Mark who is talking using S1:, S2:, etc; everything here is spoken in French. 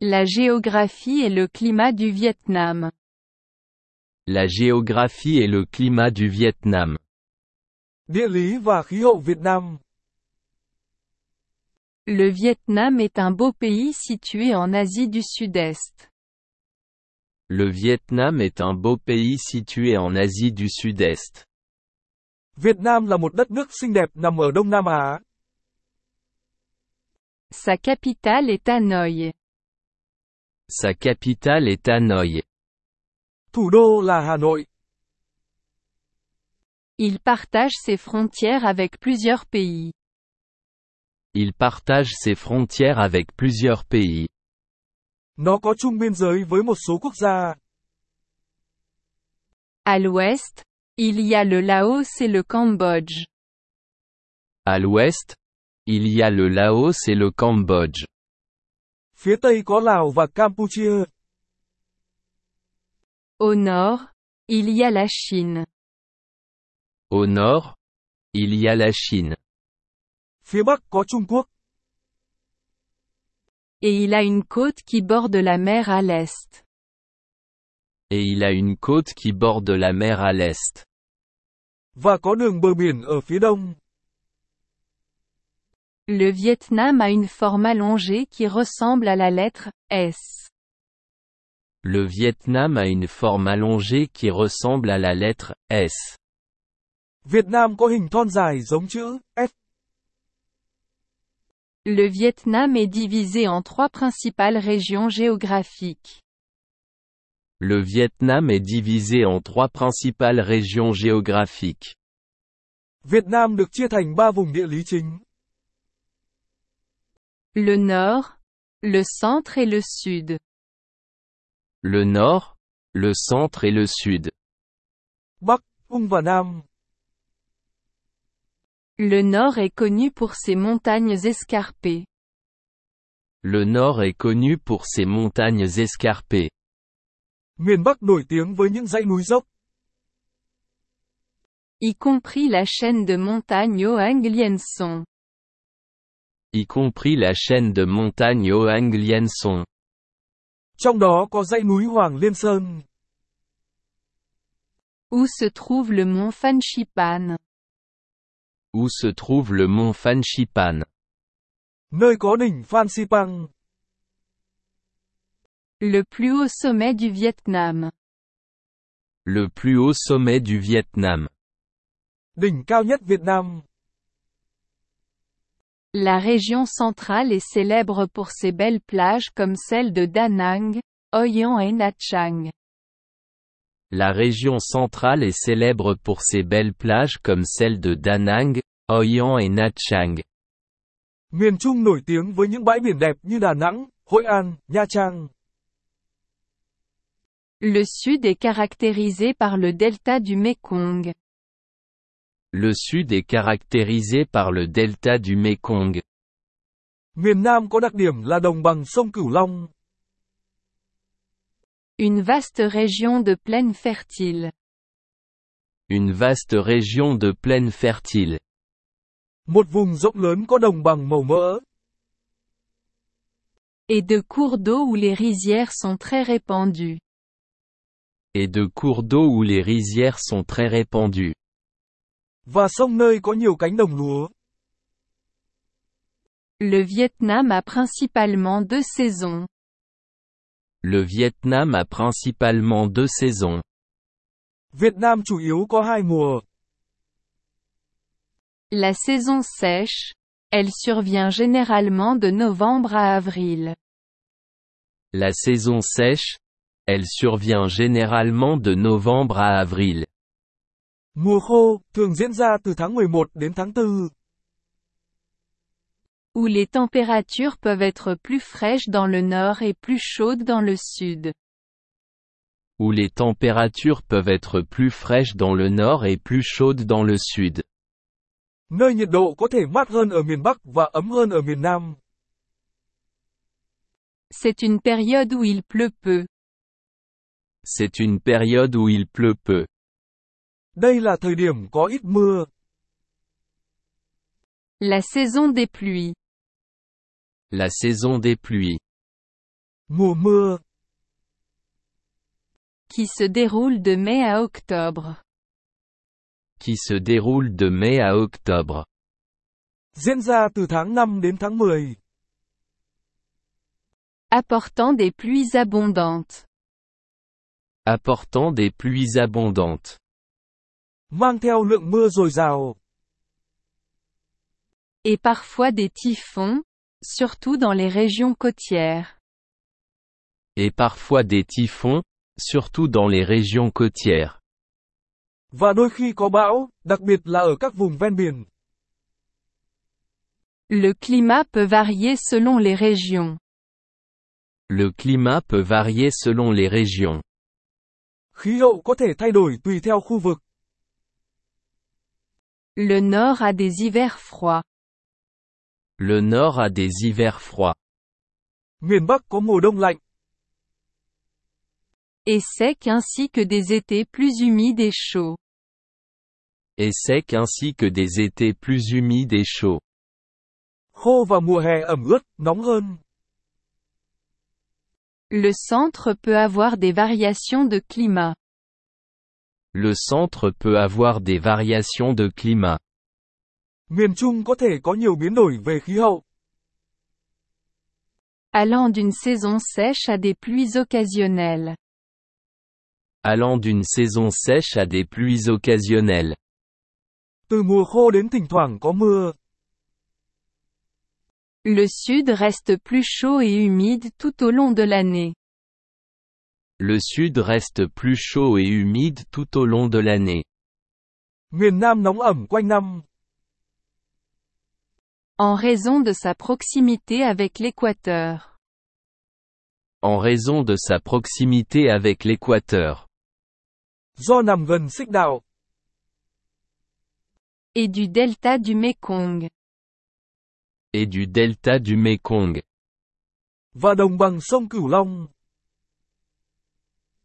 S1: La géographie et le climat du Vietnam.
S2: La géographie et le climat du Vietnam.
S3: Địa lý và khí hậu Việt Nam.
S1: Le Vietnam est un beau pays situé en Asie du Sud-Est.
S2: Le Vietnam est un beau pays situé en Asie du Sud-Est.
S3: Việt Nam là một đất nước xinh đẹp nằm ở Đông Nam Á.
S1: Sa capitale est Hanoï.
S2: Sa capitale est Hanoï.
S3: Thủ đô là Hà Nội.
S1: Il partage ses frontières avec plusieurs pays.
S2: Il partage ses frontières avec plusieurs pays.
S3: Nó có chung biên giới với một số quốc gia.
S1: À l'ouest, il y a le Laos et le Cambodge.
S2: À l'ouest, il y a le Laos et le Cambodge.
S3: Phía Tây có Lào và Campuchia.
S1: Au nord, il y a la Chine.
S2: Au nord, il y a la Chine.
S3: Phía Bắc có Trung Quốc.
S1: Et il a une côte qui borde la mer à l'est.
S2: Et il a une côte qui borde la mer à l'est.
S3: Và có đường bờ biển ở phía Đông.
S1: Le Vietnam a une forme allongée qui ressemble à la lettre S.
S2: Le Vietnam a une forme allongée qui ressemble à la lettre S.
S3: Việt Nam có hình thon dài giống chữ S.
S1: Le Vietnam est divisé en trois principales régions géographiques.
S2: Le Vietnam est divisé en trois principales régions géographiques.
S3: Việt Nam được chia thành ba vùng địa lý chính.
S1: Le nord, le centre et le sud.
S2: Le nord, le centre et le sud.
S3: Bắc, Trung và Nam.
S1: Le nord est connu pour ses montagnes escarpées.
S2: Le nord est connu pour ses montagnes escarpées.
S3: Miền Bắc nổi tiếng với những dãy núi dốc,
S1: y compris la chaîne de montagnes Hoang Lien Son.
S2: y compris la chaîne de montagnes Hoang Lien Son.
S3: trong đó có dãy núi Hoàng Liên Sơn.
S1: où se trouve le mont Fanchipan.
S2: où se trouve le mont Fanchipan,
S3: Nơi có đỉnh Phan Xipang,
S1: Le plus haut sommet du Vietnam.
S2: le plus haut sommet du Vietnam,
S3: đỉnh cao nhất Việt Nam.
S1: La région centrale est célèbre pour ses belles plages comme celle de Da Nang, Hoi An et Nha Trang.
S2: la région centrale est célèbre pour ses belles plages comme celles de Da Nang, Hoi An et Nha Trang.
S3: Miền Trung nổi tiếng với những bãi biển đẹp như Đà Nẵng, Hội An, Nha Trang.
S1: Le sud est caractérisé par le delta du Mekong.
S2: Le sud est caractérisé par le delta du Mekong.
S3: Miền Nam có đặc điểm là đồng bằng sông Cửu Long,
S1: Une vaste région de plaines fertiles.
S2: Une vaste région de plaines fertiles.
S3: một vùng rộng lớn có đồng bằng màu mỡ,
S1: Et de cours d'eau où les rizières sont très répandues.
S2: Et de cours d'eau où les rizières sont très répandues.
S3: và sông nơi có nhiều cánh đồng lúa.
S1: Le Vietnam a principalement deux saisons.
S2: Le Vietnam a principalement deux saisons.
S3: Việt Nam chủ yếu có hai mùa,
S1: La saison sèche, elle survient généralement de novembre à avril.
S2: La saison sèche, elle survient généralement de novembre à avril.
S3: mùa khô thường diễn ra từ tháng 11 đến tháng 4,
S1: où les températures peuvent être plus fraîches dans le nord et plus chaudes dans le sud.
S2: Où les températures peuvent être plus fraîches dans le nord et plus chaudes dans le sud.
S3: nơi nhiệt độ có thể mát hơn ở miền Bắc và ấm hơn ở miền Nam.
S1: C'est une période où il pleut peu.
S2: C'est une période où il pleut peu.
S3: Đây là thời điểm có ít mưa,
S1: La saison des pluies.
S2: La saison des pluies.
S3: mùa mưa,
S1: qui se déroule de mai à octobre,
S2: qui se déroule de mai à octobre,
S3: diễn ra từ tháng 5 đến tháng 10,
S1: apportant des pluies abondantes,
S2: apportant des pluies abondantes,
S3: mang theo lượng mưa dồi dào,
S1: et parfois des typhons, surtout dans les régions côtières.
S2: et parfois des typhons, surtout dans les régions côtières,
S3: và đôi khi có bão, đặc biệt là ở các vùng ven biển.
S1: Le climat peut varier selon les régions.
S2: le climat peut varier selon les régions,
S3: Khí hậu có thể thay đổi tùy theo khu vực,
S1: Le nord a des hivers froids,
S2: le nord a des hivers froids,
S3: miền Bắc có mùa đông lạnh,
S1: et secs ainsi que des étés plus humides et chauds.
S2: et secs ainsi que des étés plus humides et chauds,
S3: khô và mùa hè ẩm ướt, nóng hơn.
S1: Le centre peut avoir des variations de climat,
S2: le centre peut avoir des variations de climat,
S3: Miền Trung có thể có nhiều biến đổi về khí hậu,
S1: allant d'une saison sèche à des pluies occasionnelles.
S2: allant d'une saison sèche à des pluies occasionnelles,
S3: từ mùa khô đến thỉnh thoảng có mưa,
S1: Le sud reste plus chaud et humide tout au long de l'année.
S2: le sud reste plus chaud et humide tout au long de l'année,
S3: miền Nam nóng ẩm quanh năm,
S1: en raison de sa proximité avec l'équateur.
S2: en raison de sa proximité avec l'équateur,
S3: do nằm gần xích đạo,
S1: Et du delta du Mekong.
S2: et du delta du Mékong,
S3: và đồng bằng sông Cửu Long.